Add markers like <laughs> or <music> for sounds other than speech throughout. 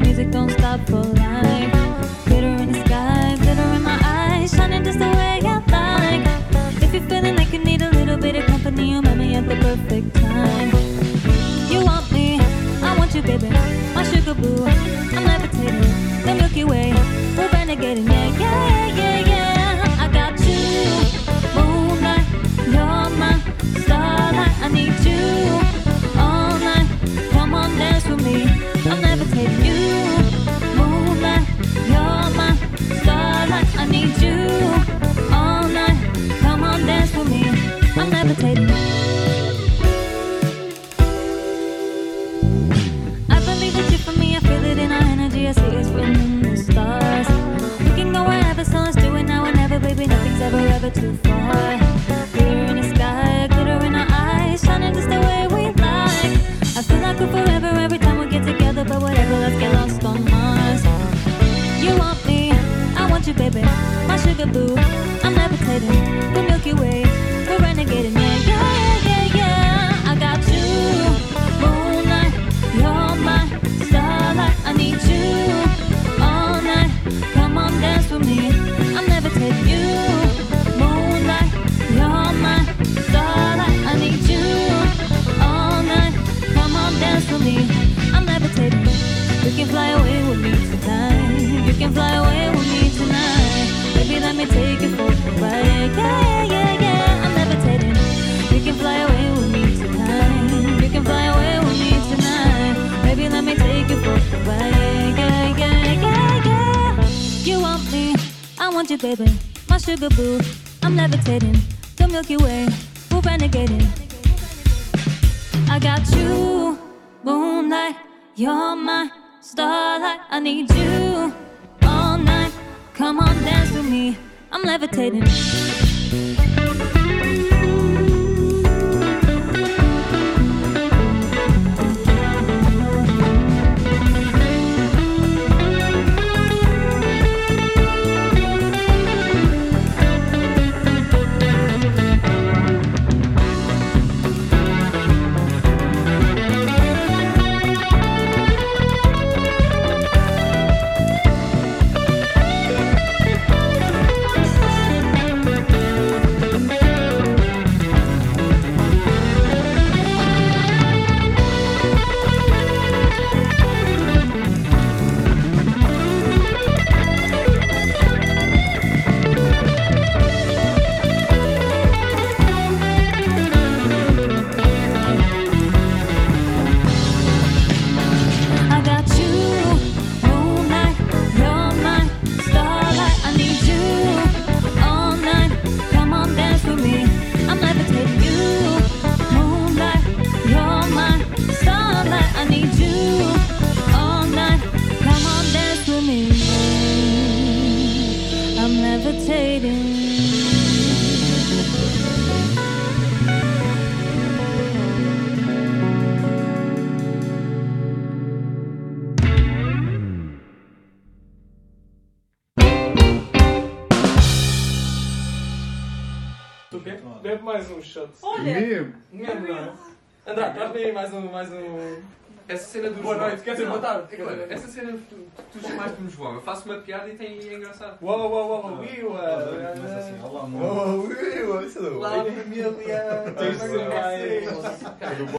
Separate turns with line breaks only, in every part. music don't stop for life. Glitter in the sky, glitter in my eyes, shining just the way I like. If you're feeling like you need a little bit of company, you met me at the perfect time. You want me, I want you, baby. My sugar boo, I'm levitating. The Milky Way, we're renegading, yeah, yeah, yeah, yeah. I got you, moonlight, you're my starlight. I need you all night. Come on, dance with me. I'm levitating you, moonlight, you're my starlight. I need you all night. Come on, dance with me. I'm levitating. I believe it's you for me. I feel it in our energy. I see it's written in the stars. We can go wherever, so let's do it now and never, baby. Nothing's ever, ever too far. Glitter in the sky, glitter in our eyes, shining just the way we like. I feel like we're forever every time we get together, but whatever, let's get lost on Mars. You want me, I want you, baby. My sugar boo, I'm levitating. The Milky Way, we're renegading, yeah, yeah, yeah, yeah. I got you, moonlight, you're my starlight. I need you all night. Come on, dance with me. I'm levitating you, moonlight, you're my starlight. I need you all night. Come on, dance with me. I'm levitating. You can fly away with me tonight. You can fly away with me tonight. Baby, let me take you for a ride. Yeah, yeah, yeah. I'm levitating. You can fly away with me tonight. You can fly away with me tonight. Baby, let me take you for a ride. Yeah, yeah, yeah, yeah. You want me? I want you, baby. My sugar boo. I'm levitating. The Milky Way. We're renegading. I got you, moonlight. You're my starlight. I need you all night. Come on, dance with me. I'm levitating. I got you, moonlight, you're my starlight. I need you all night. Come on, dance with me. I'm levitating you, moonlight, you're my starlight. I need you all night. Come on, dance with me. I'm levitating.
Tu quer? Bebe mais um shot.
Olha!
Mesmo não. Andar, traz-me aí mais um. Mais um...
Essa cena do
Boa
João.
noite, quer dizer,
Não,
boa tarde.
é claro, essa cena que tu, que tu chamaste-me João, eu faço uma piada e tem e é engraçado.
Uau, uau, uau, uau,
Olá, amor.
Uau, uau, isso é
Olá,
família. Tens de ser mais.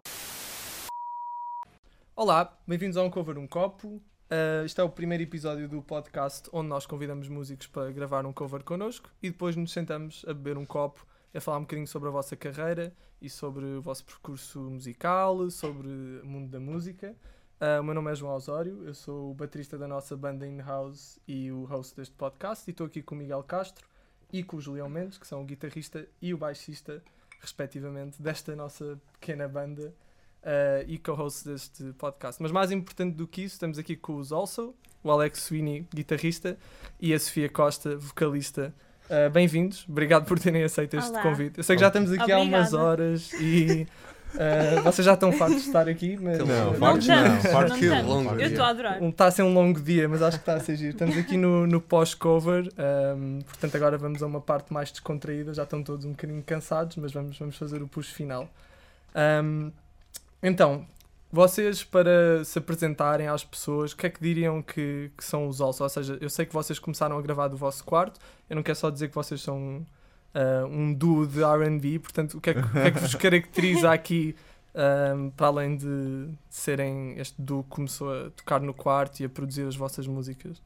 Olá, bem-vindos ao Um Cover Um Copo. Ah, este é o primeiro episódio do podcast onde nós convidamos músicos para gravar um cover connosco e depois nos sentamos a beber um copo e a falar um bocadinho sobre a vossa carreira e sobre o vosso percurso musical, sobre o mundo da música. Ah, o meu nome é João Osório, eu sou o baterista da nossa banda in-house e o host deste podcast e estou aqui com o Miguel Castro e com o Julião Mendes, que são o guitarrista e o baixista, respectivamente, desta nossa pequena banda eh, e co-host deste podcast. Mas mais importante do que isso, estamos aqui com os Also, o Alex Sweeney, guitarrista, e a Sofia Costa, vocalista. Eh, Bem-vindos, obrigado por terem aceito este
Olá.
convite. Eu sei que já estamos aqui há umas
Obrigada.
horas e eh, vocês já estão fartos de estar aqui, mas
Não,
Não
fartos
estamos,
não,
não,
fartos
é
não,
estamos.
longo
Eu
dia.
estou a adorar.
um- está a ser um longo dia, mas acho que está a ser giro. Estamos aqui no, no pós-cover, ehm, portanto agora vamos a uma parte mais descontraída, já estão todos um bocadinho cansados, mas vamos, vamos fazer o push final. Ehm, Um, então, Vocês, para se apresentarem às pessoas, o que é que diriam que, que são os Alça? Ou seja, eu sei que vocês começaram a gravar do vosso quarto, eu não quero só dizer que vocês são ah, um duo de RB, portanto, o que, é que, o que é que vos caracteriza aqui, ah, para além de serem este duo que começou a tocar no quarto e a produzir as vossas músicas?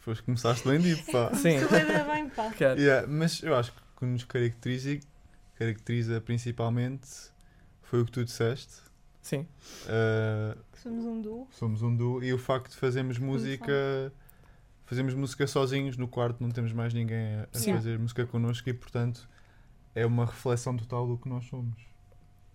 Foste, começaste bem deep, <laughs> pá.
Sim,
Tu lembra bem, pá.
<laughs> quero.
Yeah, mas eu acho que o que nos caracteriza, caracteriza principalmente foi o que tu disseste.
Sim,
Ah,
Que somos um duo.
somos um duo e o facto de fazermos música. Fazemos música sozinhos no quarto, não temos mais ninguém a a
Sim.
fazer música connosco e, portanto, é uma reflexão total do que nós somos.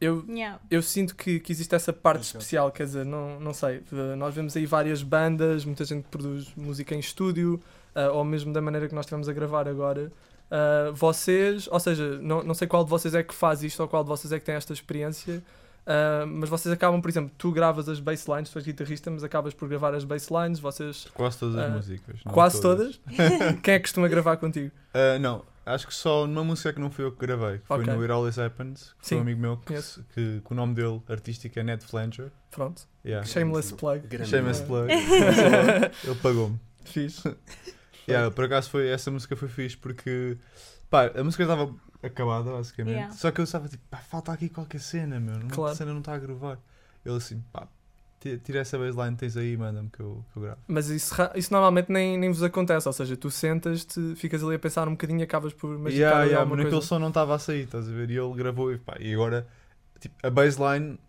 eu
Yeah.
eu sinto que, que existe essa parte
Ok.
especial, quer dizer, não, não sei, eh, nós vemos aí várias bandas, muita gente produz música em estúdio, ah, ou mesmo da maneira que nós estivemos a gravar agora. Ah, vocês, ou seja, não, não sei qual de vocês é que faz isto ou qual de vocês é que tem esta experiência, ah, mas vocês acabam, por exemplo, tu gravas as basslines, tu és guitarrista, mas acabas por gravar as basslines, vocês.
Quase todas as
Ah,
músicas. não
Quase todas? <laughs> Quem é que costuma gravar contigo?
Ah, não, acho que só numa música que não foi eu que gravei, que foi
Ok.
no It Always Happens, que foi
Sim,
um amigo meu que,
conheço.
que- que o nome dele artístico é Ned Flanger.
Pronto.
Yeah.
Shameless
<laughs>
plug.
Grande
Shameless
Ah. <laughs>
plug. Ele pagou-me.
Fiz.
Yeah, por acaso foi, essa música foi fixe porque pá, a música estava acabada basicamente.
Yeah.
Só que eu estava tipo, pá, falta aqui qualquer cena, meu. Não,
Claro.
A cena não está a gravar. Ele assim, pá, ti- tira essa baseline que tens aí e manda-me que eu, que eu gravo.
Mas isso, ra- isso normalmente nem, nem vos acontece, ou seja, tu sentas-te, ficas ali a pensar um bocadinho e acabas por
Mas
magicar
yeah,
ali
yeah, mas
alguma
naquele
coisa.
som não estava a sair, estás a ver? E ele gravou e pá, e agora tipo, a baseline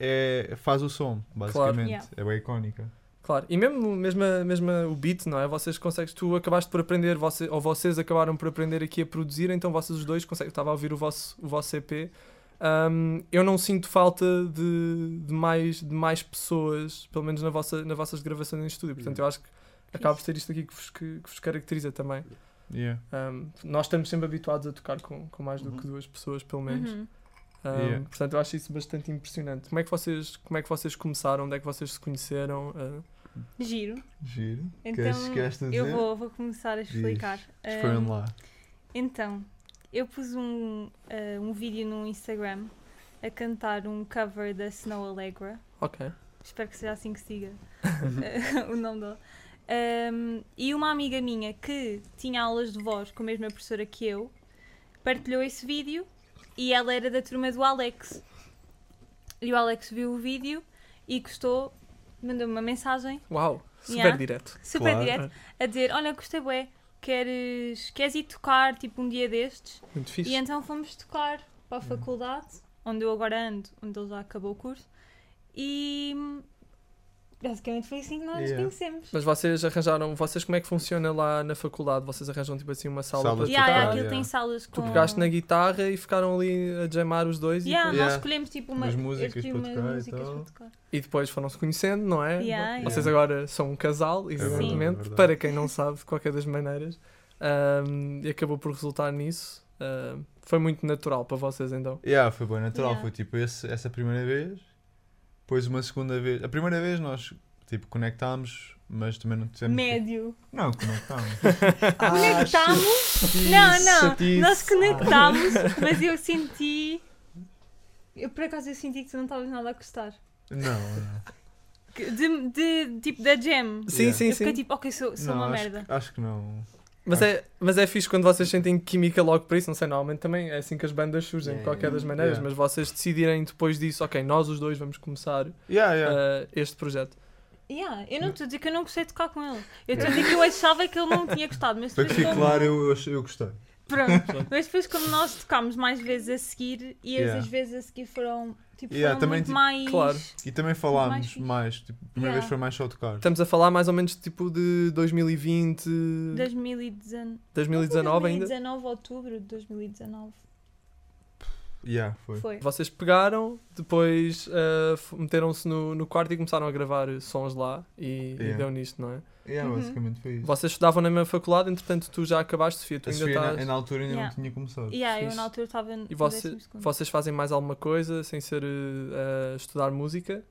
é, faz o som, basicamente.
Yeah.
É bem icónica.
Claro, e mesmo, mesmo, a- mesmo a- o beat, não é? Vocês consegues, tu acabaste por aprender, você, ou vocês acabaram por aprender aqui a produzir, então vocês os dois conseguem. Eu estava a ouvir o vosso, o vosso EP. Ahm, eu não sinto falta de, de, mais, de mais pessoas, pelo menos na vossa, nas vossas gravações em estúdio, portanto eu acho que acaba por ser isto aqui que vos, que, que vos caracteriza também.
Yeah.
Ahm, nós estamos sempre habituados a tocar com, com mais do que duas pessoas, pelo menos.
Uhum.
Um,
Yeah.
Portanto, eu acho isso bastante impressionante. Como é que vocês, como é que vocês começaram? Onde é que vocês se conheceram? Uh,
Giro.
Giro.
Então,
Queres- queres dizer?
eu vou, vou começar a
Diz. um
explicar.
Eles Foram
Ah,
lá.
Então, eu pus um, ah, um vídeo no Instagram a cantar um cover da Snow Allegra.
ok.
Espero que seja assim que se diga ah, <laughs> o nome dela. Ahm, e uma amiga minha que tinha aulas de voz com a mesma professora que eu partilhou esse vídeo e ela era da turma do Alex. E o Alex viu o vídeo e gostou, mandou-me uma mensagem
Uau! Super
Yeah.
direto.
super
Claro.
direto a dizer: Olha, gostei, bué, queres, queres ir tocar tipo um dia destes?
Muito fixe.
E então fomos tocar
Hum.
para a faculdade, onde eu agora ando, onde ele já acabou o curso, e basicamente foi assim que nós
Yeah.
nos conhecemos.
Mas vocês arranjaram, vocês como é que funciona lá na faculdade? Vocês arranjam tipo assim uma sala
Sala
para
de
E
tocar,
yeah,
tocar?
aquilo
yeah.
tem salas com.
Tu pegaste na guitarra e ficaram ali a jamar os dois e
Yeah,
depois-
Yeah.
Nós escolhemos tipo uma,
Umas músicas
eu escolhi
para
umas
tocar
músicas
e tal.
para tocar.
e depois foram-se conhecendo, não é?
Yeah,
Vocês
yeah.
agora são um casal,
verdade,
evidentemente,
é verdade.
para quem não sabe, de qualquer das maneiras. Um, e acabou por resultar nisso. Um, foi muito natural para vocês então.
Yeah, foi bem natural.
Yeah.
Foi tipo esse- essa primeira vez, depois uma segunda vez. A primeira vez nós tipo conectámos, mas também não tivemos.
Médio.
Não,
<laughs>
conectámos.
<laughs>
Ah,
Ah,
Conectámos? Ah, Não, não, nós conectámos,
Ah.
mas eu senti. Eu por acaso eu senti que tu não estavas nada a gostar.
Não, não.
Que- De, de- tipo da jam.
Sim,
Yeah.
sim,
eu fiquei
sim.
tipo, ok, sou, sou
Não,
uma
acho,
merda.
Acho que não.
Mas é, mas é fixe quando vocês sentem química logo para isso, não sei, normalmente também é assim que as bandas surgem, de
Yeah,
qualquer
yeah.
das maneiras,
Yeah.
mas vocês decidirem depois disso, ok, nós os dois vamos começar
Yeah,
Eh,
yeah.
uh, este projeto.
Yeah, eu não estou a dizer que eu não gostei de tocar com ele. Eu estou a dizer que eu achava que ele não tinha gostado, mas
Para que
depois
fique
como...
claro, eu, eu, eu gostei.
Pronto. mas depois como nós tocámos mais vezes a seguir e as-
Yeah.
as vezes a seguir foram tipo
Yeah,
foram
também,
muito
tipo,
mais
claro.
E também
Mais
falámos
fixe.
mais. tipo, a primeira
Yeah.
vez foi mais só tocar.
Estamos a falar mais ou menos tipo de 2020,
2019
2019 ainda.
2019, outubro de 2019
Yeah, foi.
foi.
Vocês pegaram, depois uh, f- meteram-se no, no quarto e começaram a gravar sons lá e, e
Yeah.
deu nisto, não é?
Yeah,
Uhum.
basicamente foi isso.
Vocês estudavam na mesma faculdade, entretanto tu já acabaste, Sofia, tu
A
ainda
Sofia, é na,
estás.
na altura, ainda
Yeah.
não tinha começado.
Yeah, eu
Fixe.
na altura estava no
E você-
décimo segundo.
Vocês fazem mais alguma coisa sem ser uh, uh, estudar música?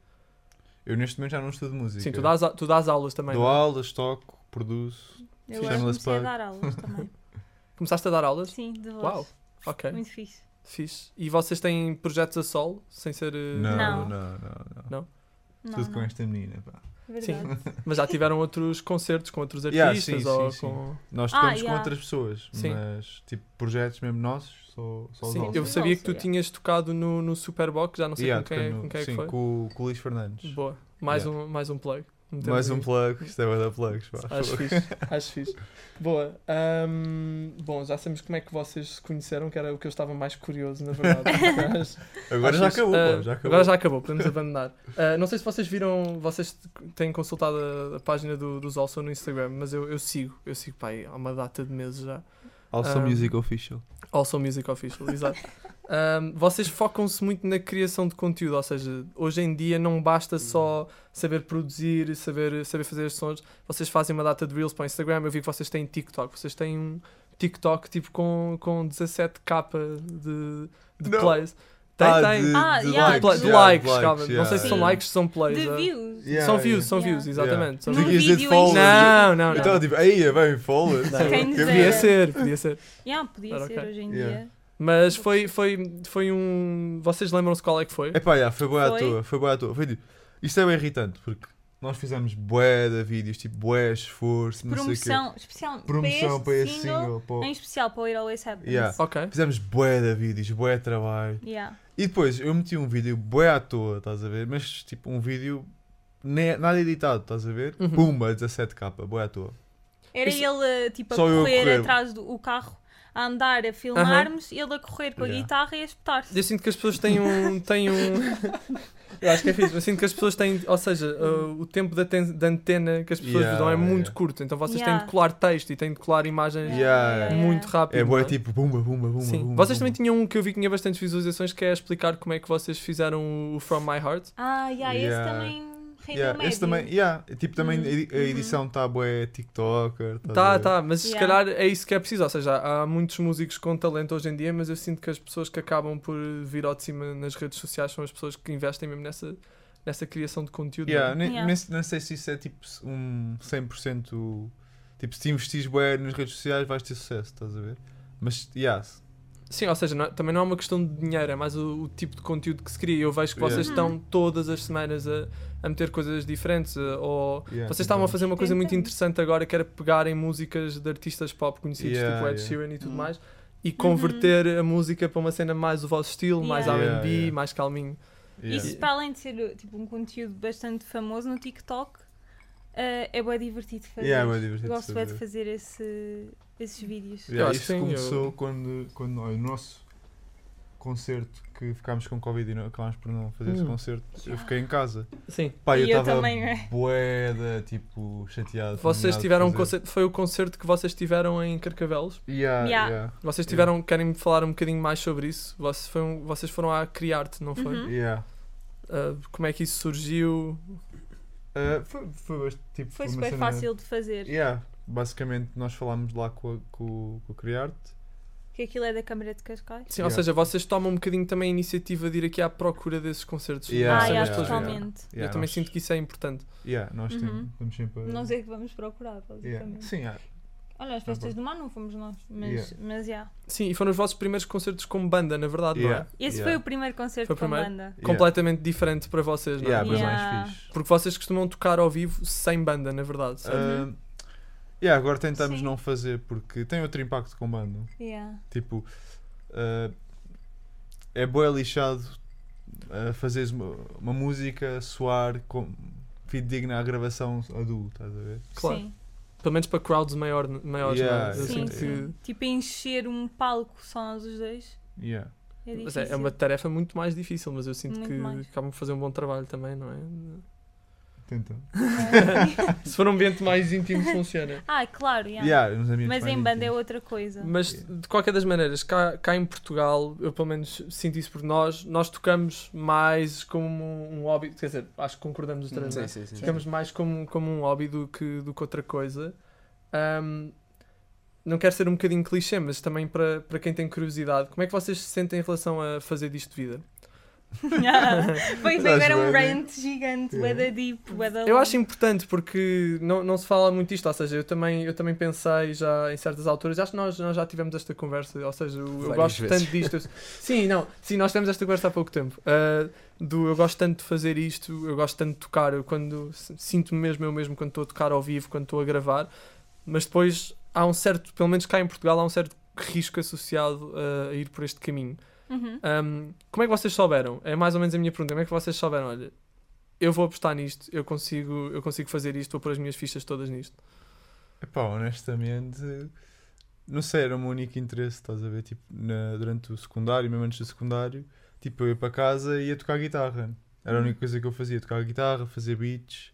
Eu neste momento já não estudo música.
Sim, tu dás, a- tu dás aulas também.
Dou
não é?
aulas, toco, produzo.
Eu acho
Sim.
que
Shameless
comecei a
plug.
dar aulas também.
Começaste a dar aulas?
Sim, de voz.
Uau, ok.
Muito fixe.
Fixe. E vocês têm projetos a solo, sem ser. eh,
Não, não,
Não.
não. não,
Não?
Não,
Tudo com
não.
esta menina, pá.
Verdade.
Mas já tiveram outros concertos com outros
Yeah,
artistas
sim,
ou
sim, sim.
com.
Nós
Ah,
tocamos com
yeah.
outras pessoas,
Sim.
mas tipo projetos mesmo nossos, só, só os
Sim,
nossos.
eu
Sim.
sabia que tu
Nossa,
tinhas tocado no, no Superbox, já não sei
Yeah,
com, quem, é-
tocamos no-
com quem é que
sim,
foi.
Com, o- com o Luís Fernandes.
Boa. Mais,
Yeah.
um, mais um plug. Metemos
Mais um
aí.
plug, isto é bué da plugs, pá.
Acho
<laughs>
fixe, acho fixe. Boa. Ahm, bom, já sabemos como é que vocês se conheceram, que era o que eu estava mais curioso, na verdade.
<laughs>
Mas-
Agora
Acho
já
isso-
acabou,
ah,
pá, já acabou.
Agora já acabou, podemos abandonar. Ah, não sei se vocês viram, vocês têm consultado a, a página do, dos Also no Instagram, mas eu, eu sigo, eu sigo, pá, aí há uma data de meses já.
Also
Ah,
Music Official.
Also Music Official,
<laughs>
exato. Ahm, vocês focam-se muito na criação de conteúdo, ou seja, hoje em dia não
Uhum.
basta só saber produzir, saber, saber fazer as sons. Vocês fazem uma data de Reels para o Instagram, eu vi que vocês têm TikTok. Vocês têm um TikTok tipo com, com 17k de, de
Não.
plays. Tem,
Ah,
tem.
de-
Ah,
de
yeah,
De, pla-
likes,
de
yeah,
likes,
likes,
calma. Não
yeah,
sei se são
yeah.
likes, se são plays.
De
ah.
views.
Yeah,
são views, são
yeah.
views, exatamente. São
Num
Tu
views.
querias
vídeo
dizer
em
follows.
Não, não,
Eu
não.
estava tipo, aí, bem, follows.
Não.
Quem
Eu
dera.
Podia
queria-
ser, podia ser.
Yeah, podia
Era
ser
ok.
hoje em
Yeah.
dia.
Mas foi, foi, foi um. Vocês lembram-se qual é que foi?
Epá, yeah, foi boa à
Foi.
toa, foi boa à toa. Foi, tipo, isto é bem irritante, porque nós fizemos bué de vídeos, tipo, bué esforço, não sei o
Promoção, especial
quê. Promoção para esse
single,
single. pô.
Em especial para o It Always Happens.
Yeah.
Ok.
Fizemos bué de vídeos, bué de trabalho.
Yeah.
E depois eu meti um vídeo bué à toa, estás a ver? Mas tipo, um vídeo ne- nada editado, estás a ver?
Uhum.
Pumba, 17k, bué à toa.
Era
Isso-
ele tipo a
Só eu a
correr,
correr.
atrás do o carro, a andar, a filmarmos, ele a correr com a
Yeah.
guitarra e a espetar-se.
Eu sinto que as pessoas têm um. Têm um...
<laughs>
Eu acho que é fixe, mas sinto que as pessoas têm. Ou seja, uh, o tempo da, ten- da antena que as pessoas
Yeah,
vos dão é
yeah,
muito
yeah.
curto, então vocês têm
Yeah.
de colar texto e têm de colar imagens
Yeah.
muito rápido.
É bué
não é?
tipo, bumba, bumba, bumba.
Sim.
bumba,
vocês
bumba.
também tinham um que eu vi que tinha bastantes visualizações, que é explicar como é que vocês fizeram o From My Heart.
Ah, yeah,
Yeah.
esse também rendeu
Yeah,
um médio.
esse também, yeah, tipo, também
Uhum.
a edi- a edição está bué TikToker. estás a
Tá,
ver?
tá, mas se
Yeah.
calhar é isso que é preciso. Ou seja, há há muitos músicos com talento hoje em dia, mas eu sinto que as pessoas que acabam por vir ao de cima nas redes sociais são as pessoas que investem mesmo nessa, nessa criação de conteúdo.
Yeah,
não é?
nem-
Yeah.
nem se- não sei se isso é tipo um 100%. Tipo, se te investis bué nas redes sociais vais ter sucesso, estás a ver? Mas, yeah, se-
Sim, ou seja, não é- também não é uma questão de dinheiro, é mais o, o tipo de conteúdo que se cria. Eu vejo que
Yeah.
vocês
Uhum.
estão todas as semanas a, a meter coisas diferentes. a- Ou
yeah, então,
vocês estavam a
tentamos.
fazer uma coisa muito
Tentamos.
interessante agora, que era pegarem músicas de artistas pop conhecidos,
Yeah,
tipo Ed
yeah.
Sheeran e tudo
Uhum.
mais. E converter a música para uma cena mais o vosso estilo, mais
Uhum. Yeah.
R&B,
Yeah, yeah.
mais calminho.
Yeah.
Isso para além de ser tipo, um conteúdo bastante famoso no TikTok, eh, é bem divertido fazer.
Yeah, bué divertido
Gosto bem de
fazer.
fazer esse- esses vídeos.
Yeah,
Eu acho que
isso
sim,
começou quando, quando olha, o nosso concerto que ficámos com Covid e não, acabámos por não fazer esse
Hum.
concerto, eu fiquei em casa.
Sim.
Pá,
E eu
estava
também, não é?
boeda, tipo, chateado.
Vocês
nomeado de
tiveram um
fazer.
concerto, foi o concerto que vocês tiveram em Carcavelos.
Yeah,
Yeah.
yeah.
Vocês
Yeah.
tiveram, querem-me falar um bocadinho mais sobre isso? Vocês, foi um- vocês foram à Criarte, não foi?
Uhum.
yeah.
Ah, como é que isso surgiu?
Uh, foi, foi, bast- tipo,
Foi
uma
super
cena-
fácil de fazer.
Yeah, basicamente nós falámos lá com, a- com, com o Criarte.
Que aquilo é da Câmara de Cascais.
Sim, ou
Yeah.
seja, vocês tomam um bocadinho também a iniciativa de ir aqui à procura desses concertos.
Yeah,
ah,
Não sei,
yeah,
mas todos-
yeah.
totalmente.
Eu também sinto que isso é importante.
Yeah, nós
Uhum.
temos, estamos sempre a...
Nós é que vamos procurar,
yeah.
basicamente.
Sim, yeah.
Olha, as festas do mar não fomos nós, mas,
Yeah.
mas yeah.
Sim, e foram os vossos primeiros concertos como banda, na verdade,
Yeah.
não
Esse
Yeah.
foi o primeiro concerto
Foi o
com
primeiro?
banda.
é? Completamente diferente para vocês, não é?
Yeah, mas
Yeah.
mais fixe.
Porque vocês costumam tocar ao vivo sem banda, na verdade. certo?
Uh, yeah, agora tentamos
Uhum. Sim.
não fazer porque tem outro impacto com o bando.
Yeah.
Tipo, uh, é boé lixado uh, fazeres uma, uma música soar com, digna à gravação a duo, estás a ver?
Claro.
Sim.
Pelo menos para crowds maior, maiores,
Ah. Yeah,
não é? Eu
yeah,
Sim,
sinto
sim.
que-
Tipo, encher um palco só nós os dois.
Yeah.
É
Mas
difícil.
é, é uma tarefa muito mais difícil, mas eu sinto
Muito
que
mais.
acabam por fazer um bom trabalho também, não é?
Tenta.
Se for um ambiente mais
<laughs>
íntimo, funciona.
Ah, claro, yeah.
Yeah, nos ambientes
Mas
mais
em banda é
íntimos.
outra coisa.
Mas de qualquer das maneiras, cá, cá em Portugal, eu pelo menos sinto isso por nós, nós tocamos mais como um hobby, quer dizer, acho que concordamos os três, não é?
sim, sim.
tocamos mais como, como um hobby do que, do que outra coisa. Ahm, não quero ser um bocadinho clichê, mas também para, para quem tem curiosidade, como é que vocês se sentem em relação a fazer disto de vida?
Pois
Estás
agora um
bem, né?
rant gigante, weather deep, weather
Eu acho importante porque não, não se fala muito disto, ou seja, eu também, eu também pensei já em certas alturas, acho que nós, nós já tivemos esta conversa, ou seja, eu, eu
Várias
gosto
vezes.
tanto
<laughs>
disto. eu- sim, não, sim, nós tivemos esta conversa há pouco tempo. ah, do eu gosto tanto de fazer isto, eu gosto tanto de tocar, eu quando s- sinto-me mesmo eu mesmo quando estou a tocar ao vivo, quando estou a gravar, mas depois há um certo, pelo menos cá em Portugal, há um certo risco associado ah, a ir por este caminho.
Uhum.
Um, como é que vocês souberam? É mais ou menos a minha pergunta. Como é que vocês souberam? Olha, eu vou apostar nisto, eu consigo, eu consigo fazer isto, vou pôr as minhas fichas todas nisto.
Epá, honestamente, não sei, era o meu único interesse, estás a ver? Tipo, na- durante o secundário, mesmo antes do secundário, tipo, eu ia para casa e ia tocar guitarra. Era a única coisa que eu fazia, tocar guitarra, fazer beats,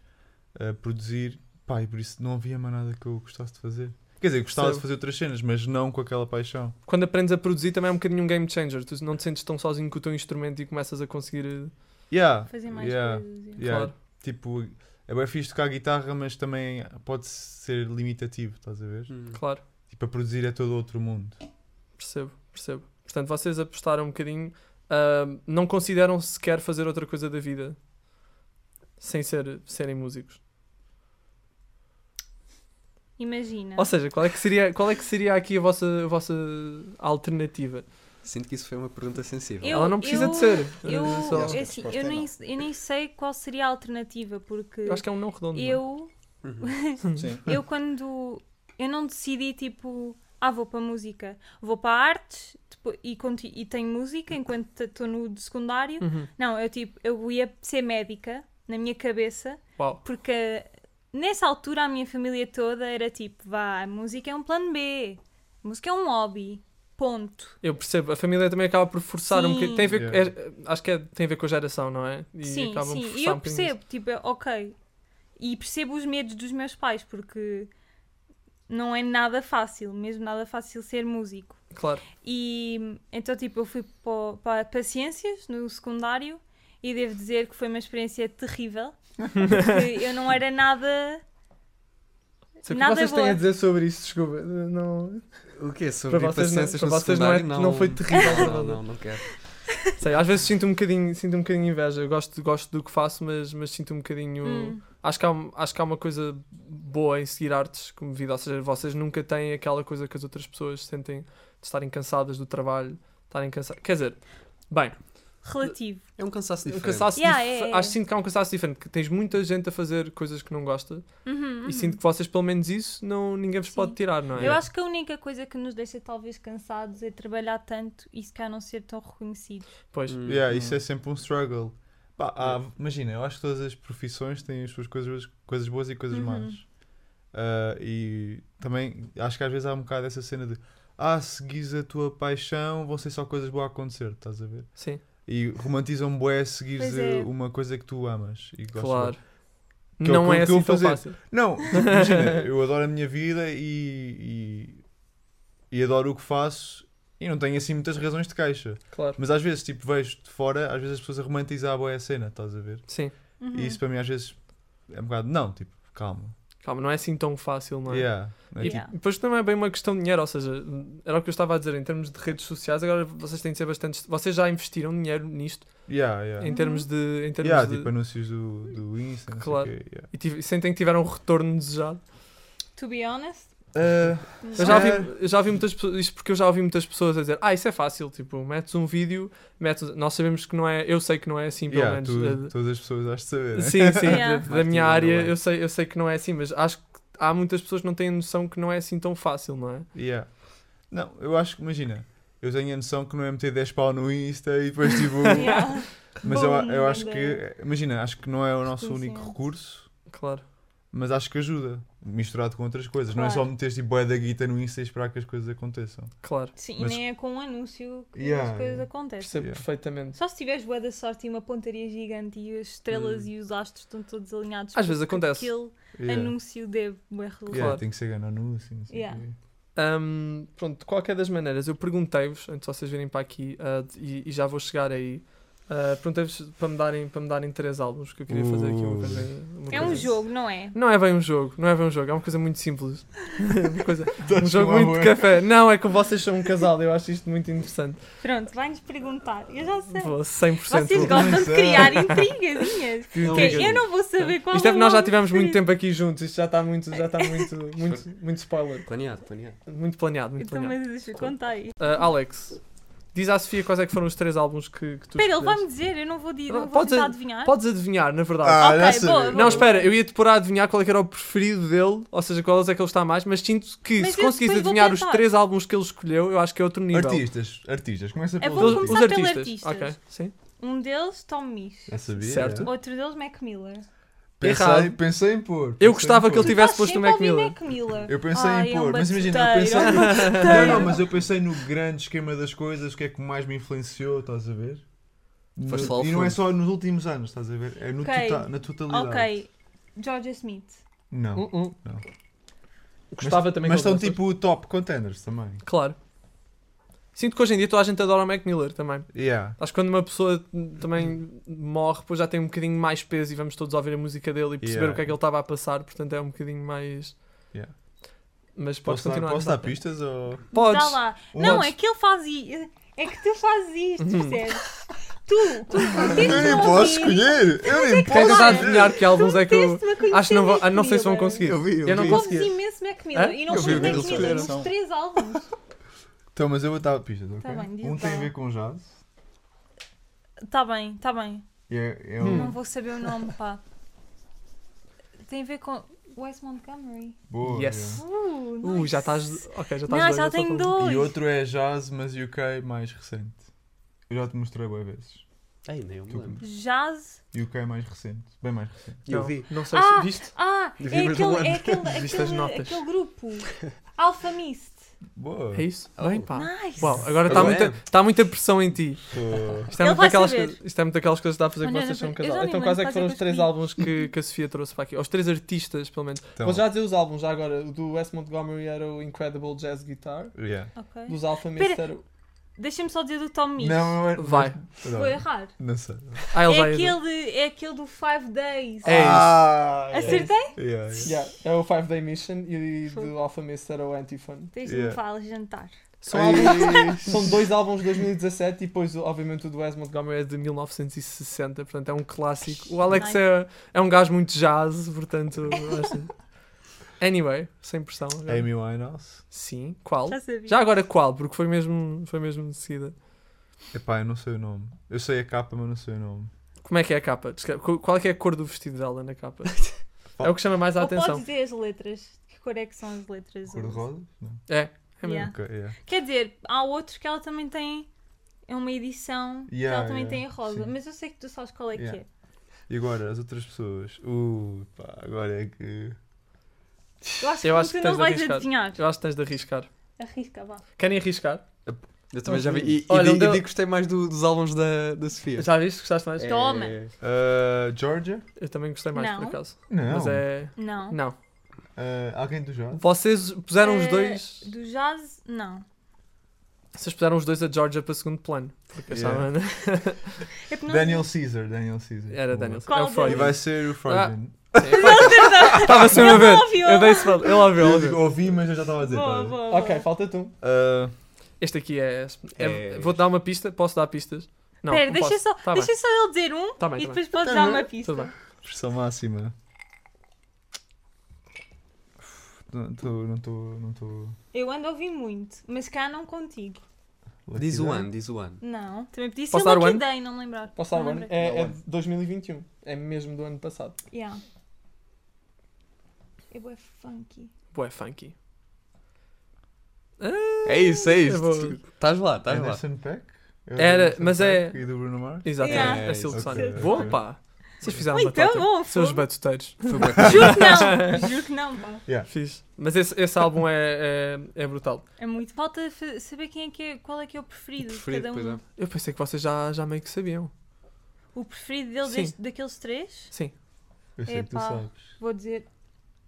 eh, produzir. Pá, e por isso não havia mais nada que eu gostasse de fazer. Quer dizer, eu gostava de
Percebo.
fazer outras cenas, mas não com aquela paixão.
Quando aprendes a produzir também é um bocadinho um game changer. Tu não te sentes tão sozinho com o teu instrumento e começas a conseguir. eh,
Yeah,
Fazer mais
yeah,
coisas. yeah.
yeah.
Claro.
Tipo, é bem fixe tocar guitarra, mas também pode ser limitativo, estás a ver?
Claro,
Tipo, a produzir é todo outro mundo.
percebo, percebo. Portanto, vocês apostaram um bocadinho. ahm, não consideram sequer fazer outra coisa da vida sem ser, serem músicos.
Imagina.
Ou seja, qual é que seria, qual é que seria aqui a vossa, a vossa alternativa?
Sinto que isso foi uma pergunta sensível.
Eu-
Ela não precisa de ser.
Eu,
Eu só-
é assim, eu, nem, eu nem sei qual seria a alternativa, porque
Eu acho que é um não redondo. não é? Uhum.
eu, <laughs>
Sim.
eu quando eu não decidi tipo, ah, vou para música, vou para artes depois- e, conti- e tenho música enquanto estou no de secundário.
Uhum.
Não, eu tipo, eu ia ser médica na minha cabeça,
Uau.
porque nessa altura a minha família toda era tipo, vá, a música é um plano B, a música é um hobby, ponto.
Eu percebo, a família também acaba por forçar um
Sim.
bocadinho. Tem a ver, com-
Yeah.
é- acho que é- tem a ver com a geração, não é? E
sim,
acabam por
sim,
forçar
e eu
um bocadinho
percebo, tipo, é, ok. E percebo os medos dos meus pais, porque não é nada fácil, mesmo nada fácil ser músico.
isso. Claro.
E então, tipo, eu fui para, para, Ciências no secundário e devo dizer que foi uma experiência terrível. Porque
<laughs>
eu não era nada.
Sei o que
Nada é
vocês têm
boa.
a dizer sobre isso, desculpa. Não... <laughs>
O quê? Sobre
Para
tipo,
vocês, não,
paciências
para
no
vocês não, é,
secundário?
não foi terrível.
Não,
não.
não, não quero.
Sei, às vezes sinto um bocadinho, sinto um bocadinho inveja. Eu gosto, gosto do que faço, mas, mas sinto um bocadinho.
Hum.
Acho, que há, um- acho que há uma coisa boa em seguir artes como vida. Ou seja, vocês nunca têm aquela coisa que as outras pessoas sentem de estarem cansadas do trabalho, estarem cansadas. Quer dizer, bem,
relativo.
É um cansaço
um
diferente.
cansaço
Yeah,
dif-
é, é.
acho que sinto que há um cansaço diferente, que tens muita gente a fazer coisas que não gosta
Uhum,
e
uhum.
sinto que vocês pelo menos isso não, ninguém vos
Sim.
pode tirar, não é?
Eu acho que a única coisa que nos deixa talvez cansados é trabalhar tanto e se calhar não ser tão reconhecidos.
Pois,
Hum.
Yeah, isso é sempre um struggle. Pá, há- imagina, eu acho que todas as profissões têm as suas coisas, coisas boas e coisas
Uhum.
más. Ah, e também acho que às vezes há um bocado essa cena de ah, seguis a tua paixão, vão ser só coisas boas a acontecer, estás a ver?
sim,
E romantizam bué seguir
Pois é.
uma coisa que tu amas e gostas.
claro.
Que é o
não
que
é
eu
assim
vou
tão
fazer.
fácil.
Não, tipo, imagina, eu adoro a minha vida e, e, e adoro o que faço e não tenho assim muitas razões de queixa.
Claro.
Mas às vezes, tipo, vejo de fora, às vezes as pessoas a romantizar bué a cena, estás a ver?
Sim,
Uhum.
E isso para mim às vezes é um bocado, não, tipo, calma.
calma, não é assim tão fácil, não é?
Yeah. É
E
tipo,
Yeah.
depois também é bem uma questão de dinheiro, ou seja, era o que eu estava a dizer, em termos de redes sociais, agora vocês têm de ser bastante. Vocês já investiram dinheiro nisto
tipo, yeah, yeah.
em termos de. Em termos
Yeah,
de
tipo anúncios do, do Insta, não sei
Claro.
o quê, yeah.
e tive- sentem que tiveram um retorno desejado.
To be honest,
Eh, Eu já, ouvi, eu já ouvi muitas pessoas, isto porque eu já ouvi muitas pessoas a dizer, ah, isso é fácil, tipo, metes um vídeo, metes, nós sabemos que não é, eu sei que não é assim, pelo
Yeah,
menos.
tu-
eh,
todas as pessoas acham saber. né?
<laughs> Sim,
Yeah.
sim, da, da
Marketing
minha área
underline.
eu sei, eu sei que não é assim, mas acho que há muitas pessoas que não têm noção que não é assim tão fácil, não é?
Yeah. Não, eu acho que, imagina, eu tenho a noção que não é meter 10 pau no Insta e
<laughs>
depois tipo.
<laughs> yeah.
Mas eu,
Bom,
eu acho
André.
que, imagina, acho que não é o nosso único
Reconhecimento.
recurso,
Claro.
mas acho que ajuda, misturado com outras coisas. Não é só
Claro.
meter tipo boé da guita no Insta e esperar que as coisas aconteçam.
Claro,
Sim,
Mas-
e nem é com um anúncio que
Yeah,
as coisas
yeah.
acontecem.
percebo
Yeah.
perfeitamente.
Só se tiveres boa da sorte e uma pontaria gigante e as estrelas e os astros estão todos alinhados.
Às
para
vezes
que
acontece.
Aquele
Yeah.
anúncio de bué relevante.
Yeah,
Claro.
Tem que ser grande anúncio, não sei o
Yeah.
quê.
Hum, pronto, de qualquer das maneiras, eu perguntei-vos, antes de vocês virem para aqui, ah, de- e, e já vou chegar aí, Ah, Perguntei-vos para me darem para me darem três álbuns, que eu queria fazer aqui uma coisa. uma
É
coisa- assim.
um jogo, não é?
Não é bem um jogo, não é bem um jogo, é uma coisa muito simples. <laughs> uma coisa, um
Dás-me
jogo
uma
muito de
boa.
café. Não, é que vocês são um casal, eu acho isto muito interessante.
Pronto, vai-nos perguntar. Eu já sei.
Vou 100%.
Vocês
vou-
gostam de
sei.
criar intrigazinhas.
Que
Que
intriga.
eu não vou saber qual
Isto é
o
porque nós já
nome
tivemos muito
preferido.
tempo aqui juntos, isto já está muito, já está
<laughs>
muito, muito, muito spoiler.
Planeado, planeado.
Muito planeado, muito
Então,
planeado.
mas deixa eu contar aí.
Ah, Alex, diz à Sofia quais é que foram os três álbuns que, que tu
Espera, ele
escolheste.
vai-me dizer, eu não vou, di-
Ah,
não vou
podes
tentar
a-
adivinhar.
Podes adivinhar, na verdade.
Ah,
Ok,
já sabia.
boa, boa.
Não, espera, eu ia-te pôr a adivinhar qual é que era o preferido dele, ou seja, qual é que ele está mais, mas sinto que
Mas
se
eu
conseguisse
depois vou
adivinhar os
pensar.
três álbuns que ele escolheu, eu acho que é outro nível.
Artistas, artistas, começa
É
pelos
bom
Os, os
artistas.
começar pelos
artistas.
artistas.
Ok, sim.
Um deles, Tom Misch.
Já sabia.
Certo.
é.
Outro deles, Mac Miller.
Pensei,
Errado.
pensei em pôr. pensei
Eu
em
gostava que
pôr.
ele tivesse
Estás
posto o
sempre a
Mac
ouvir
Miller.
Mac Miller.
Eu pensei
Ai,
em
é um
pôr, mas imagina, eu pensei.
batuteiro, é um
Não, não, mas eu pensei no grande esquema das coisas, o que é que mais me influenciou, estás a ver? No-
Foste lá ao
e não é
fundo.
só nos últimos anos, estás a ver? É no
Ok.
tota- na totalidade.
Ok, Georgia Smith.
Não.
Hum, hum.
Uh, Não.
Gostava também
Mas
que ele
são
fosse.
tipo top contenders também.
Claro. Sinto que hoje em dia toda a gente adora o Mac Miller também.
Yeah.
Acho que quando uma pessoa hum, também morre, depois já tem um bocadinho mais peso e vamos todos ouvir a música dele e perceber
Yeah.
o que é que ele estava a passar, portanto é um bocadinho mais.
Yeah.
Mas podes
Posso, dar,
continuar.
posso dar pistas ou.
Podes.
Dá lá.
Um
não,
antes.
é que ele faz isto. É que tu fazes
<laughs>
isto, percebes? tu, tu curtiste
<laughs> Eu nem posso escolher! Eu
Quem
nem posso!
tentar adivinhar que álbuns é que eu. Acho que não, vou,
vou,
ah, não sei se vão conseguir.
Eu vi, eu
não
vi.
Ouves
consegui.
imenso Mac Miller.
Hã?
E não
Eu
foi
vi o
Mac
Beatles
Miller nos
Coração.
três álbuns.
Então, mas eu vou dar pistas, ok?
Tá bem, diz
um tem
lá.
a ver com jazz.
Tá bem, tá bem.
e É, é
Hum.
Não vou saber o nome, pá. Tem a ver com Wes Montgomery.
Boa.
Yes.
Uh,
Uh,
nice.
já estás. Ok, já estás.
Não,
dois,
já
só
tenho
falta um.
yeah.
dois.
E outro é jazz, mas UK mais recente. Eu já te mostrei boas vezes.
Ei, nem um eu me
Tu-
lembro.
Jazz.
UK mais recente. Bem mais recente.
Eu
Não,
vi.
Não sei
Ah!
se viste.
Ah, é
Devia ver
aquele,
do
é
ano.
aquele,
<laughs> Viste as
aquele,
notas.
aquele grupo. Alpha Mist.
Boa.
É isso?
Oh.
Bem, pá.
Nice.
Uau, agora está
Agora
muita,
é.
tá muita pressão em ti.
Tô-
Isto é,
Ele
muito
vai
daquelas
saber.
coisas- isto é muito daquelas coisas que dá a fazer
Olha,
que vocês são um
eu já nem
casal. Então,
lembro
quais é que
quais
foram
é que
os
eu
três
escolhi.
álbuns que, que a Sofia trouxe para aqui? Os três artistas, pelo menos.
Então,
Vou já dizer os álbuns, já agora. O do Wes Montgomery era o Incredible Jazz Guitar.
yeah.
Ok.
Dos Alpha Mist
Espera.
era o.
Deixa-me só dizer do Tom Mix.
Não, eu-
Vai.
Vou errar.
Não sei.
Ah,
É
ele já ia dizer.
aquele, é aquele do Five Days.
É
Ah,
Acertei?
yeah, yeah.
Yeah, é o Five Day Mission e
Foi.
do Alpha Mist era o Antiphon.
Tens de me
Yeah.
falar jantar.
São,
É
<laughs> álbuns- são dois álbuns de 2017 e depois, obviamente, o do Wes Montgomery é de 1960, portanto é um clássico. O Alex
Nice.
é, é um gajo muito jazz, portanto. assim. Anyway, sem pressão. agora.
Amy Winehouse.
Sim, qual?
Já sabia.
Oh, Já agora qual? Porque foi mesmo, foi mesmo de seguida.
Epá, eu não sei o nome. Eu sei a capa, mas não sei o nome.
Como é que é a capa? Descreve- qu- Qual é que é a cor do vestido dela na capa? é o que chama mais a
Ou podes
atenção.
dizer as letras. Que cor é que são as letras?
Cor de rosa? Não.
É, é mesmo.
Yeah.
Ok, yeah.
Quer dizer, há outros que ela também tem. É uma edição que
Yeah,
ela também
yeah,
tem em rosa.
sim.
Mas eu sei que tu sabes qual é
Yeah.
que
E agora, as outras pessoas. Uh, pá, agora é que.
é. Eu acho que,
Eu acho
tu
que
não
tens de
vais
arriscar.
adivinhar.
Eu acho que tens de arriscar.
Arrisca, vá.
Querem arriscar?
Eu também já vi. E, e,
Olha,
di-
um
e
deu-
digo que gostei mais do- dos álbuns da, da Sofia.
Já viste? Gostaste mais?
É-
Toma.
Ah, Georgia?
Eu também gostei mais,
Não.
por acaso.
Não.
Mas é.
Não.
Não.
Ah, alguém do Jorge?
Vocês puseram os
Eh,
dois.
Do jazz, não.
Vocês puseram os dois a Georgia para segundo plano. Porque
Yeah.
achavam.
É que não-
Daniel Caesar. Daniel Caesar.
Era
Boa.
Daniel. Ah,
Qual
é o
deles?
E
Freud.
vai ser o Freudian.
Estava sempre a ver.
Óbvio!
Eu dei-se Ele ouviu, ele
eu <laughs>
ouviu.
ouvi, mas eu já estava a dizer.
Boa,
estás a ver?
boa, boa.
Ok, falta tu.
Ah,
Este aqui é. é-
É-
Vou-te dar uma pista? Posso dar pistas? Não.
Pera,
não
deixa,
posso.
só,
Tá
deixa
bem.
só ele dizer um
Tá bem,
e
tá
depois podes dar uma
Tudo
pista.
bem.
pressão máxima. Não estou. Não estou. Não estou.
Eu ando a ouvir muito, mas cá não contigo.
Diz o ano, diz o ano.
Não, também podia ser
Posso dar
Lucky
one?
Day, não me lembrar.
Posso dar
Não
o ano?
lembrei.
É,
Dá
é
o
de 2021. É mesmo do ano passado.
Yeah. É bué funky.
Boé, funky.
É isso, é
Eu
isso.
vou-
Estás lá, estás lá.
Anderson Peck? É o
tá Era,
Anderson
mas é-
Peck E do Bruno Mars?
Exato.
Yeah. Então,
É,
É,
Silk
ok,
Sonic.
ok.
Boa, pá. Vocês fizeram
Muito
batata.
bom,
Seus
fogo.
batuteiros.
Foi bué para
Juro que
<laughs>
não, juro que não, pá.
Fiz. Mas esse, esse álbum é, é, é brutal.
É muito. Falta fa- saber quem é que é, qual é que é o preferido,
preferido,
de
pois
cada um.
é.
Eu pensei que vocês já, já meio que sabiam.
O preferido dele
é. Sim.
deste- daqueles três,
Sim.
Eu sei que tu
Epá.
sabes.
vou dizer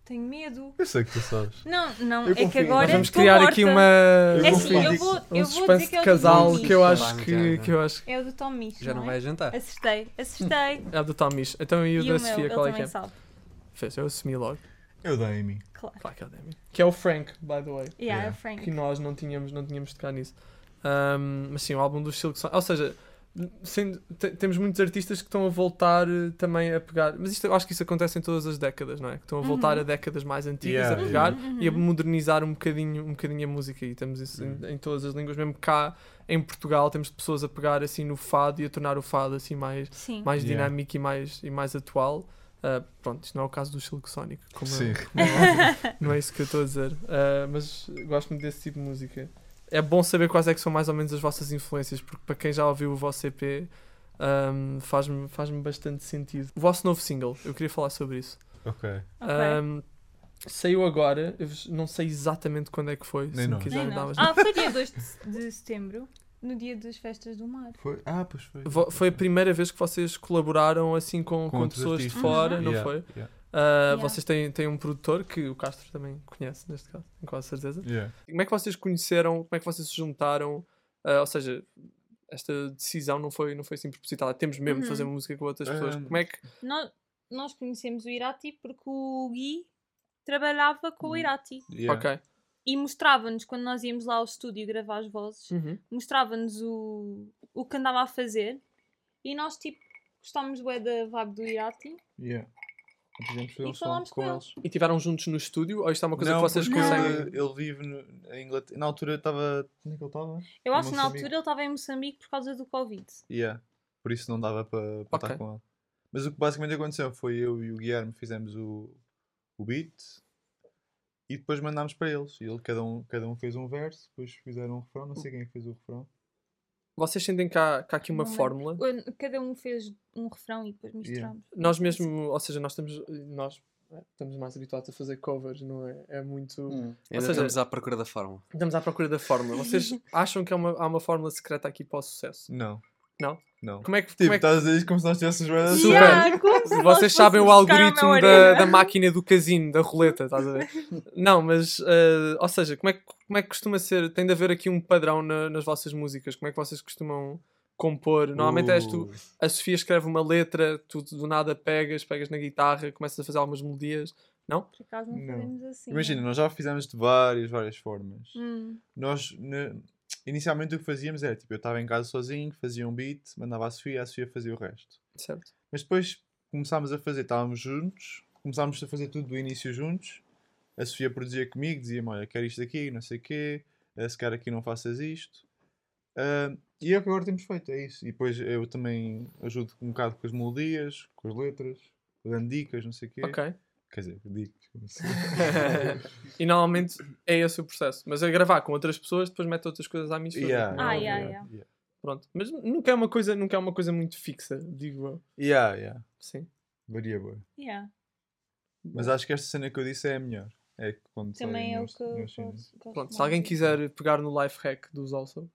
Tenho medo.
Eu sei que tu sabes.
Não, não,
Eu
é que
confio.
agora.
Nós vamos
estou
criar
morta.
aqui uma.
Eu
É assim,
confio.
eu vou,
um
eu vou dizer
suspense
que é
de
o
casal
do Tom
que eu
Misch.
acho que, que eu acho
É o do Tom Misch,
Já não
é?
vai jantar.
Assustei, assustei.
é a do Tomis. Então <laughs> e
E
o da
o meu,
Sofia,
ele
qual é que
também
é?
sabe.
Fez, eu assumi logo.
Eu dei em mim.
Claro.
Claro que é o Demi. Que é o Frank, by the way.
Yeah,
Yeah.
o Frank.
Que nós não tínhamos, não tínhamos de tocar nisso. Ahm, mas sim, o álbum dos Silk Sonic. Ou seja, sendo- te- temos muitos artistas que estão a voltar eh, também a pegar. Mas isto, eu acho que isso acontece em todas as décadas, não é? Que estão a voltar
Uhum.
a décadas mais antigas
Yeah,
a pegar
yeah.
e a modernizar um bocadinho, um bocadinho a música. E temos isso em- em, todas as línguas, mesmo cá em Portugal, temos pessoas a pegar assim no fado e a tornar o fado assim mais,
Sim.
mais
Yeah.
dinâmico e mais, e mais atual. Ah, pronto, isto não é o caso do Silk Sonic. Como
Sim.
<laughs>
não é isso que eu estou a dizer. Ah, mas gosto muito desse tipo de música. É bom saber quais é que são mais ou menos as vossas influências, porque para quem já ouviu o vosso EP, ahm, faz-me faz bastante sentido. O vosso novo single, eu queria falar sobre isso.
Ok.
Ok.
Ahm, saiu agora, eu vos- não sei exatamente quando é que foi,
Nem
se me
nós.
Nem
quiserem dar
nós.
mas...
Ah, foi
<laughs>
dia 2 de, se- de setembro, no dia das festas do mar.
Foi? Ah, pois foi.
Vo- Foi a primeira vez que vocês colaboraram assim com,
Com
com
outros
pessoas de
artistas. Uhum.
fora, não
Yeah,
foi?
yeah,
Ah,
Yeah.
Vocês têm, têm um produtor que o Castro também conhece, neste caso, tenho quase certeza.
yeah.
Como é que vocês conheceram? Como é que vocês se juntaram? Ah, ou seja, esta decisão não foi, não foi assim propositada. Temos mesmo de fazer
Uhum.
música com outras pessoas.
Ahm.
Como é que.
Nós, nós conhecemos o Irati porque o Gui trabalhava com
Hum.
o Irati
Yeah.
Ok.
e mostrava-nos, quando nós íamos lá ao estúdio gravar as vozes,
Hum.
mostrava-nos o, o que andava a fazer e nós, tipo, gostámos bué da vibe do Irati.
Yeah. Fizemos fazer
E
um som
falámos com
E tiveram juntos no estúdio? Ou isto é uma coisa
não,
que vocês
porque
conseguem.
ele- Ele vive no- em Inglaterra. Na altura estava. Onde é que ele estava?
Eu
Em
acho que na
Moçambique.
altura ele estava em Moçambique por causa do Covid.
Yeah. Por isso não dava para
Ok.
estar com ele. Mas o que basicamente aconteceu foi eu e o Guilherme fizemos o, o beat e depois mandámos para eles. E ele, cada, um, cada um fez um verso, depois fizeram um refrão, não sei quem é que fez o refrão.
Vocês sentem que há, que há aqui uma
Não é. lembro.
fórmula?
Quando Cada um fez um refrão e depois misturámos.
Nós mesmo, ou seja, nós estamos. Nós eh, estamos mais habituados a fazer covers, não é? É muito.
Hum,
Ainda
seja-
estamos à procura da forma.
Estamos à procura da fórmula.
<laughs>
Vocês acham que há uma, há uma fórmula secreta aqui para o sucesso?
Não.
Não?
Não.
Como é que.
Tipo,
como é que-
estás a dizer isso como se nós tivéssemos jogadas
Super.
Yeah, como se nós
Vocês sabem o
fôssemos buscar uma
algoritmo da,
orelha.
da máquina do casino, da roleta, estás a ver? Não, mas, eh, ou seja, como é, que- como é que costuma ser? Tem de haver aqui um padrão na- nas vossas músicas? Como é que vocês costumam compor? Normalmente és tu, a Sofia escreve uma letra, tu do nada pegas, pegas na guitarra, começas a fazer algumas melodias.
Por acaso não,
Não.
fazemos assim.
Imagina, nós já fizemos de várias, várias formas.
Hum,
Nós, na- inicialmente, o que fazíamos era tipo, eu estava em casa sozinho, fazia um beat, mandava à Sofia, a Sofia fazia o resto.
Certo?
Mas depois começámos a fazer, estávamos juntos, começámos a fazer tudo do início juntos. A Sofia produzia comigo, dizia-me: Olha, quero isto aqui, não sei o quê, eh, se quer aqui não faças isto. Ah, e é o que agora temos feito, é isso. E depois eu também ajudo um bocado com as melodias, com as letras, dando dicas, não sei o quê.
Ok. <laughs>
Quer dizer, dicas. não sei.
e normalmente é esse o processo. Mas a gravar com outras pessoas, depois mete outras coisas à mistura.
Yeah,
Ah,
yeah,
yeah,
yeah, yeah.
Pronto. Mas nunca é uma coisa, nunca é uma coisa muito fixa, digo eu.
Yeah, yeah.
Sim.
Varia, boa.
yeah.
Mas acho que esta cena que eu disse é a melhor. É que quando saem
Também é o
nas-
que eu
nas cenas.
gosto- gosto
Pronto, se
mais.
alguém quiser pegar no life hack dos
<laughs>
<laughs> Also,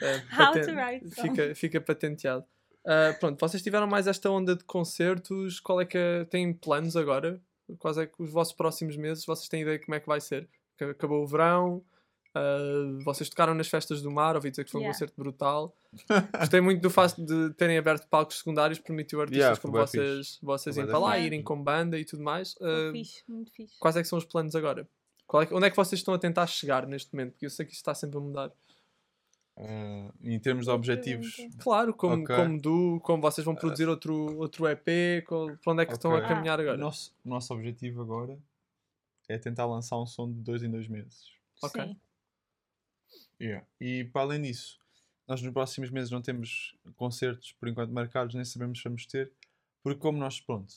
eh,
How to
paten-
write songs.
fica, fica patenteado. Ah, pronto, vocês tiveram mais esta onda de concertos? Qual é que é- têm planos agora? Quais é que os vossos próximos meses? Vocês têm ideia de como é que vai ser? Que Acabou o verão, ah, vocês tocaram nas festas do mar, ouvi dizer que foi um
Yeah.
concerto
<laughs>
brutal. Gostei muito do facto de terem aberto palcos secundários, permitiu a artistas
Yeah, foi
como
bué
vocês, vocês
Foi
irem
bué
para
da
lá,
fixe.
irem com banda e tudo mais.
Foi
eh,
Ah,
fixe, muito fixe.
quais é que são os planos agora? Qual é que- onde é que vocês estão a tentar chegar neste momento? Porque eu sei que isto está sempre a mudar.
Ah, em termos de objetivos,
Claro, como,
Ok. Ah,
como duo, como vocês vão produzir outro, outro EP, qual- para onde é que estão a
Ok.
Ah,
caminhar agora?
O nosso, o nosso objetivo agora é tentar lançar um som de dois em dois meses.
Ok.
Sim.
E para além disso, nós nos próximos meses não temos concertos por enquanto marcados, nem sabemos se vamos ter, porque como nós, pronto,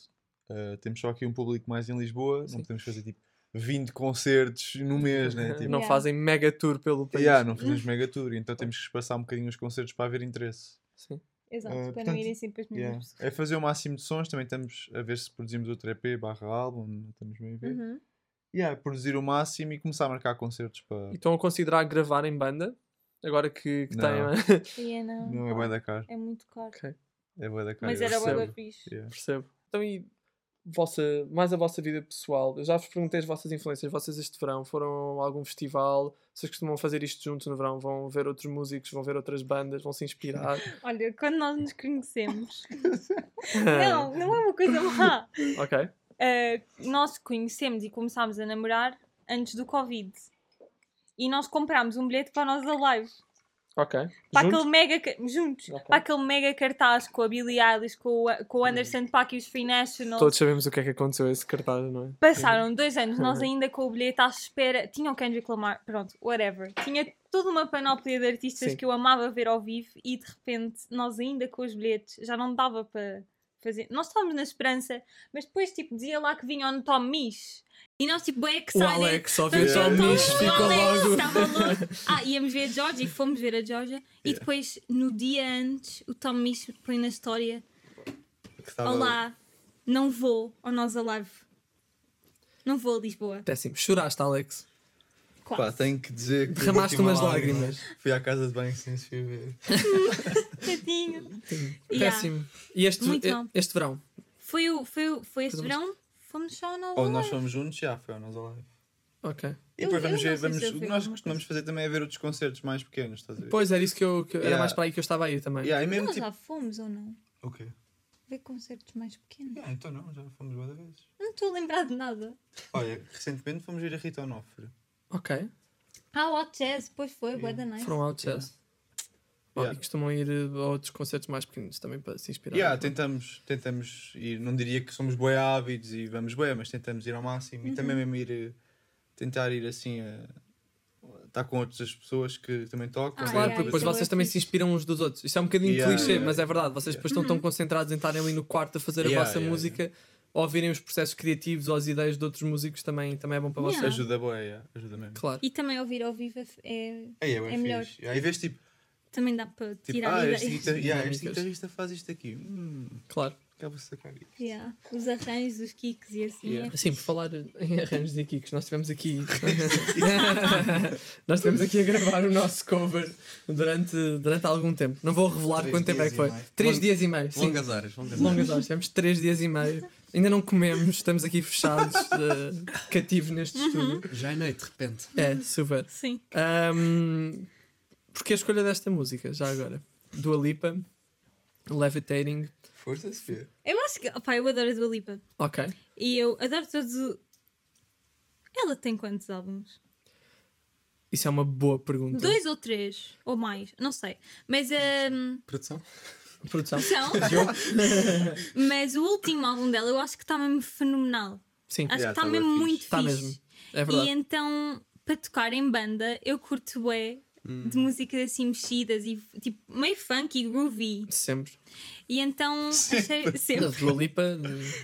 eh, temos só aqui um público mais em Lisboa,
Sim.
não podemos fazer tipo 20 concertos no mês,
<laughs>
né? Tipo,
Não
Yeah.
fazem mega tour pelo país.
yeah, ah, não fazemos mega tour, então temos que espaçar um bocadinho os concertos para haver interesse.
Sim.
Exato,
Eh,
para não
portanto,
irem sempre as
Yeah.
mesmas
É fazer o máximo de sons, também estamos a ver se produzimos outro EP barra álbum, não estamos bem a ver.
pessoas. Uhum.
Yeah, produzir o máximo e começar a marcar concertos para.
E estão a considerar gravar em banda? Agora que, que
Não.
<laughs> têm.
Yeah, não,
Não é
pá,
bué da cara.
é muito caro.
É bué da cara.
tá Mas
eu
era bué
percebo.
da fixe.
Yeah.
Percebo. Então, e vossa, mais a vossa vida pessoal. Eu já vos perguntei as vossas influências. Vocês este verão foram a algum festival? Vocês costumam fazer isto juntos no verão? Vão ver outros músicos, vão ver outras bandas, vão se inspirar? <laughs>
Olha, quando nós nos
<laughs>
conhecemos. <laughs> não, não é uma coisa má.
ok.
Uh, nós conhecemos e começámos a namorar antes do Covid. E nós comprámos um bilhete para nós a live.
Ok.
Para
Juntos?
aquele mega, ca- juntos,
Ok.
para aquele mega cartaz com a Billie Eilish, com o, com o Anderson Paak e os Free National.
Uhum. Todos sabemos o que é que aconteceu a esse cartaz, não é?
Passaram dois anos,
Uhum.
nós ainda com o bilhete à espera. Tinha o Kendrick Lamar, pronto, whatever. Tinha toda uma panóplia de artistas
Sim.
que eu amava ver ao vivo e de repente nós ainda com os bilhetes já não dava para fazer. Nós estávamos na esperança, mas depois tipo dizia lá que vinha no Tom Misch e nós tipo bem excited.
só <laughs>
Vamos ver
Tom
o Tom,
Misch,
o Alex, estava louco. <laughs> Ah, íamos ver a Georgia e fomos ver a Georgia e depois no dia antes o Tom Misch põe na história
Que estava-
Olá, Ah, não vou ao Nós Alive. Não vou a Lisboa.
Péssimo. Choraste, Alex.
Quase.
Pá, tenho que dizer que.
Derramaste
última
umas
lágrima,
lágrimas.
Fui à casa de banho sem se ver.
Tadinho. Yeah.
Péssimo. E este,
Muito
e-
bom.
este verão?
Foi, o, foi, o- foi este
Fazemos-
verão? Fomos só ao Nós
Ou
Alive.
nós fomos juntos, já foi ao Nós Alive.
Ok.
E
Eu-
depois vamos
eu não
ver,
sei
vamos,
se eu
o
fui
que nós
alguma
costumamos fazer também é ver outros concertos mais pequenos, estás a ver?
Pois era isso que eu. que- Era
Yeah.
mais para aí que eu estava a ir também.
Yeah, e mesmo
Nós
tipo.
já fomos ou não?
O quê?
Ver concertos mais pequenos.
Ah, então não, já fomos várias vezes.
Não estou a lembrar de nada.
Olha, recentemente fomos ver a Rita Onofre.
Ok.
Ah, o Hot Jazz, depois foi, yeah. da Night.
Foram ao jazz. Bom,
Yeah.
E costumam ir eh, a outros concertos mais pequenos também para se inspirar.
Yeah, tentamos, tentamos ir, não diria que somos boi ávidos e vamos bem, mas tentamos ir ao máximo
Uhum.
e também mesmo ir, eh, tentar ir assim, a estar com outras pessoas que também tocam.
Ah,
né?
Claro,
yeah,
porque
isso
depois
é
vocês
bué
também
fixe.
se inspiram uns dos outros. Isto é um bocadinho
Yeah,
clichê,
yeah,
mas é verdade. Vocês depois estão tão concentrados em estarem ali no quarto a fazer a
Yeah,
vossa
yeah,
música, a ouvirem os processos criativos ou as ideias de outros músicos também, também é bom para
Yeah.
vocês.
Ajuda boa, yeah, ajuda mesmo.
Claro.
E também ouvir ao vivo é, é-
Aí é, bué
É melhor.
fixe. Yeah, Aí vês tipo,
também dá para
tipo,
tirar <laughs>
ah, este,
ideias.
guitar- yeah, este
Dinâmicas.
guitarrista faz isto aqui. Hum,
Claro.
acaba de sacar isto.
Yeah. Os arranjos, os kicks e assim.
Yeah.
é-
Sim, por falar em arranjos e kicks, nós
<laughs>
estivemos aqui. <laughs> nós estivemos aqui a gravar o nosso cover durante, durante algum tempo. Não vou revelar
Três
quanto tempo é
dias
que
e
foi.
meio.
Três
Long-
dias e meio, sim.
Longas horas, longas horas.
Longas horas, tivemos três dias e meio. Ainda não comemos, estamos aqui fechados, eh, cativos neste
Uhum.
estúdio.
Já é noite, de repente.
É, super.
Sim.
Ahm, porque a escolha desta música, já agora? Dua Lipa, Levitating.
Força-se, Fê.
Eu acho que. Opá, eu adoro a Dua Lipa.
Ok.
E eu adoro todos o. Ela tem quantos álbuns?
Isso é uma boa pergunta.
Dois ou três, ou mais, não sei. Mas, hum,
Produção?
Produção.
<laughs>
são. mas o último álbum dela eu acho que está mesmo fenomenal.
Sim,
Acho
Yeah,
que está
tá bué
mesmo
fixe.
muito
está
fixe.
mesmo. É
e
verdade.
então, para tocar em banda, eu curto bué
Hum.
de músicas assim mexidas e tipo meio funk e groovy.
Sempre.
E então
<laughs>
achei <laughs>
A
sempre,
Dua Lipa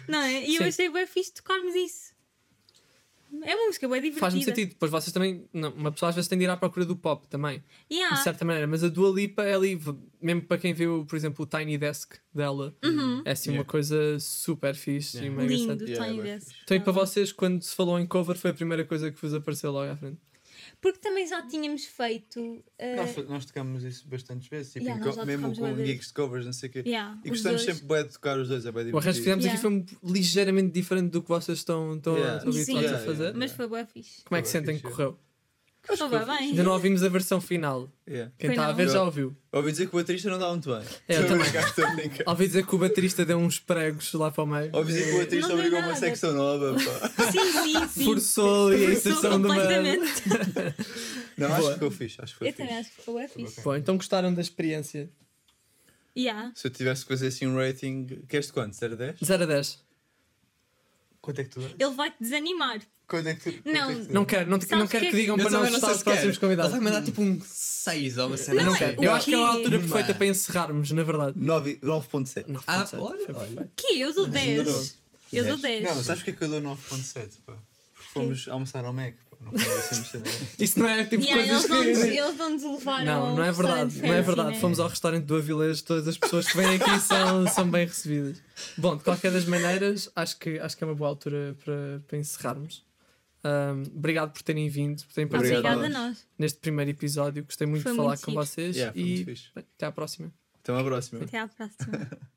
não é? E eu
Sim.
achei bué fixe tocarmos isso. É uma música bué divertida.
faz-me sentido. Depois vocês também. não, uma pessoa às vezes tem de ir à procura do pop também.
Yeah.
De certa maneira. Mas a Dua Lipa é ali. v- Mesmo para quem viu, por exemplo, o Tiny Desk dela. É assim uma
Yeah.
coisa super fixe e meio
Uhum. Lindo,
engraçada.
Tiny
Yeah, é bué
Desk.
Então, e para vocês, quando se falou em cover, foi a primeira coisa que vos apareceu logo à frente?
Porque também já tínhamos feito. eh,
Nós, nós tocamos isso bastantes vezes, tipo,
Yeah,
em
nós
co-
já
mesmo
tocámos
com
várias
gigs de covers, não sei o quê.
yeah,
E
os
gostamos
dois.
sempre bué de tocar os dois, é bem
O arranjo que
divertido.
fizemos
Yeah.
aqui foi um- ligeiramente diferente do que vocês estão, estão
Yeah.
estão habituados
Sim.
a fazer.
Yeah,
Mas foi bué fixe.
Como é que
Foi
sentem que
fixe.
correu?
Correu bué bem.
Ainda não ouvimos a versão final.
Yeah.
Quem
Foi
está a
não.
ver já ouviu.
É. Ouvi dizer que o baterista não dá muito bem.
É, eu
Estou a
também.
brincar, estou a brincar.
Ouvi dizer que o baterista deu uns pregos lá para o meio.
Ouvi dizer que o baterista
Não deu
obrigou uma
nada.
secção nova, pá.
Sim, sim, sim.
<laughs>
Forçou ali a
Forçou
inserção de uma.
completamente.
Não,
Boa.
acho que ficou fixe, acho que foi
Eu também
fixe.
acho que foi bué fixe.
Bom, então gostaram da experiência?
Yeah.
Se eu tivesse que fazer assim um rating, queres de quanto? 0 a 10?
0 a 10.
Quanto é que tu dás?
Ele vai-te desanimar.
Quanto é que tu quanto
Não.
é que tu
Não quero, não, te-
Sabes
não quero
que-
que digam
Eu
para não
também
assustar os
quero.
próximos
Ela
convidados.
vai mandar tipo um 6 ou uma cena.
Não,
Não,
é
quero.
o
Eu acho que é a
quê?
altura
Uma.
perfeita para encerrarmos, na verdade.
9 9.7.
Ah, olha, olha.
Que? Eu dou 10. Eu dou 10.
Não, sabes porque é que eu dou 9.7, pá? Porque fomos almoçar ao Mac, pá. Não fomos assim
Isso não é tipo
Yeah,
coisas
eles vão-nos
que.
eles vão-nos levar a
Não,
um
não é verdade.
restaurante
Não é
fancy,
verdade.
né?
Fomos ao restaurante do Avilés, todas as pessoas que vêm
<laughs>
aqui são, são bem recebidas. Bom, de qualquer das maneiras, acho que, acho que é uma boa altura para, para encerrarmos. Ahm, obrigado por terem vindo, por terem
Obrigado.
participado
Obrigada a nós.
neste primeiro episódio. Gostei muito
Foi
de falar
muito
com
giro.
vocês
Yeah, foi
e
muito fixe.
bem, até à próxima.
Então,
Até uma Então, próxima.
Até à próxima.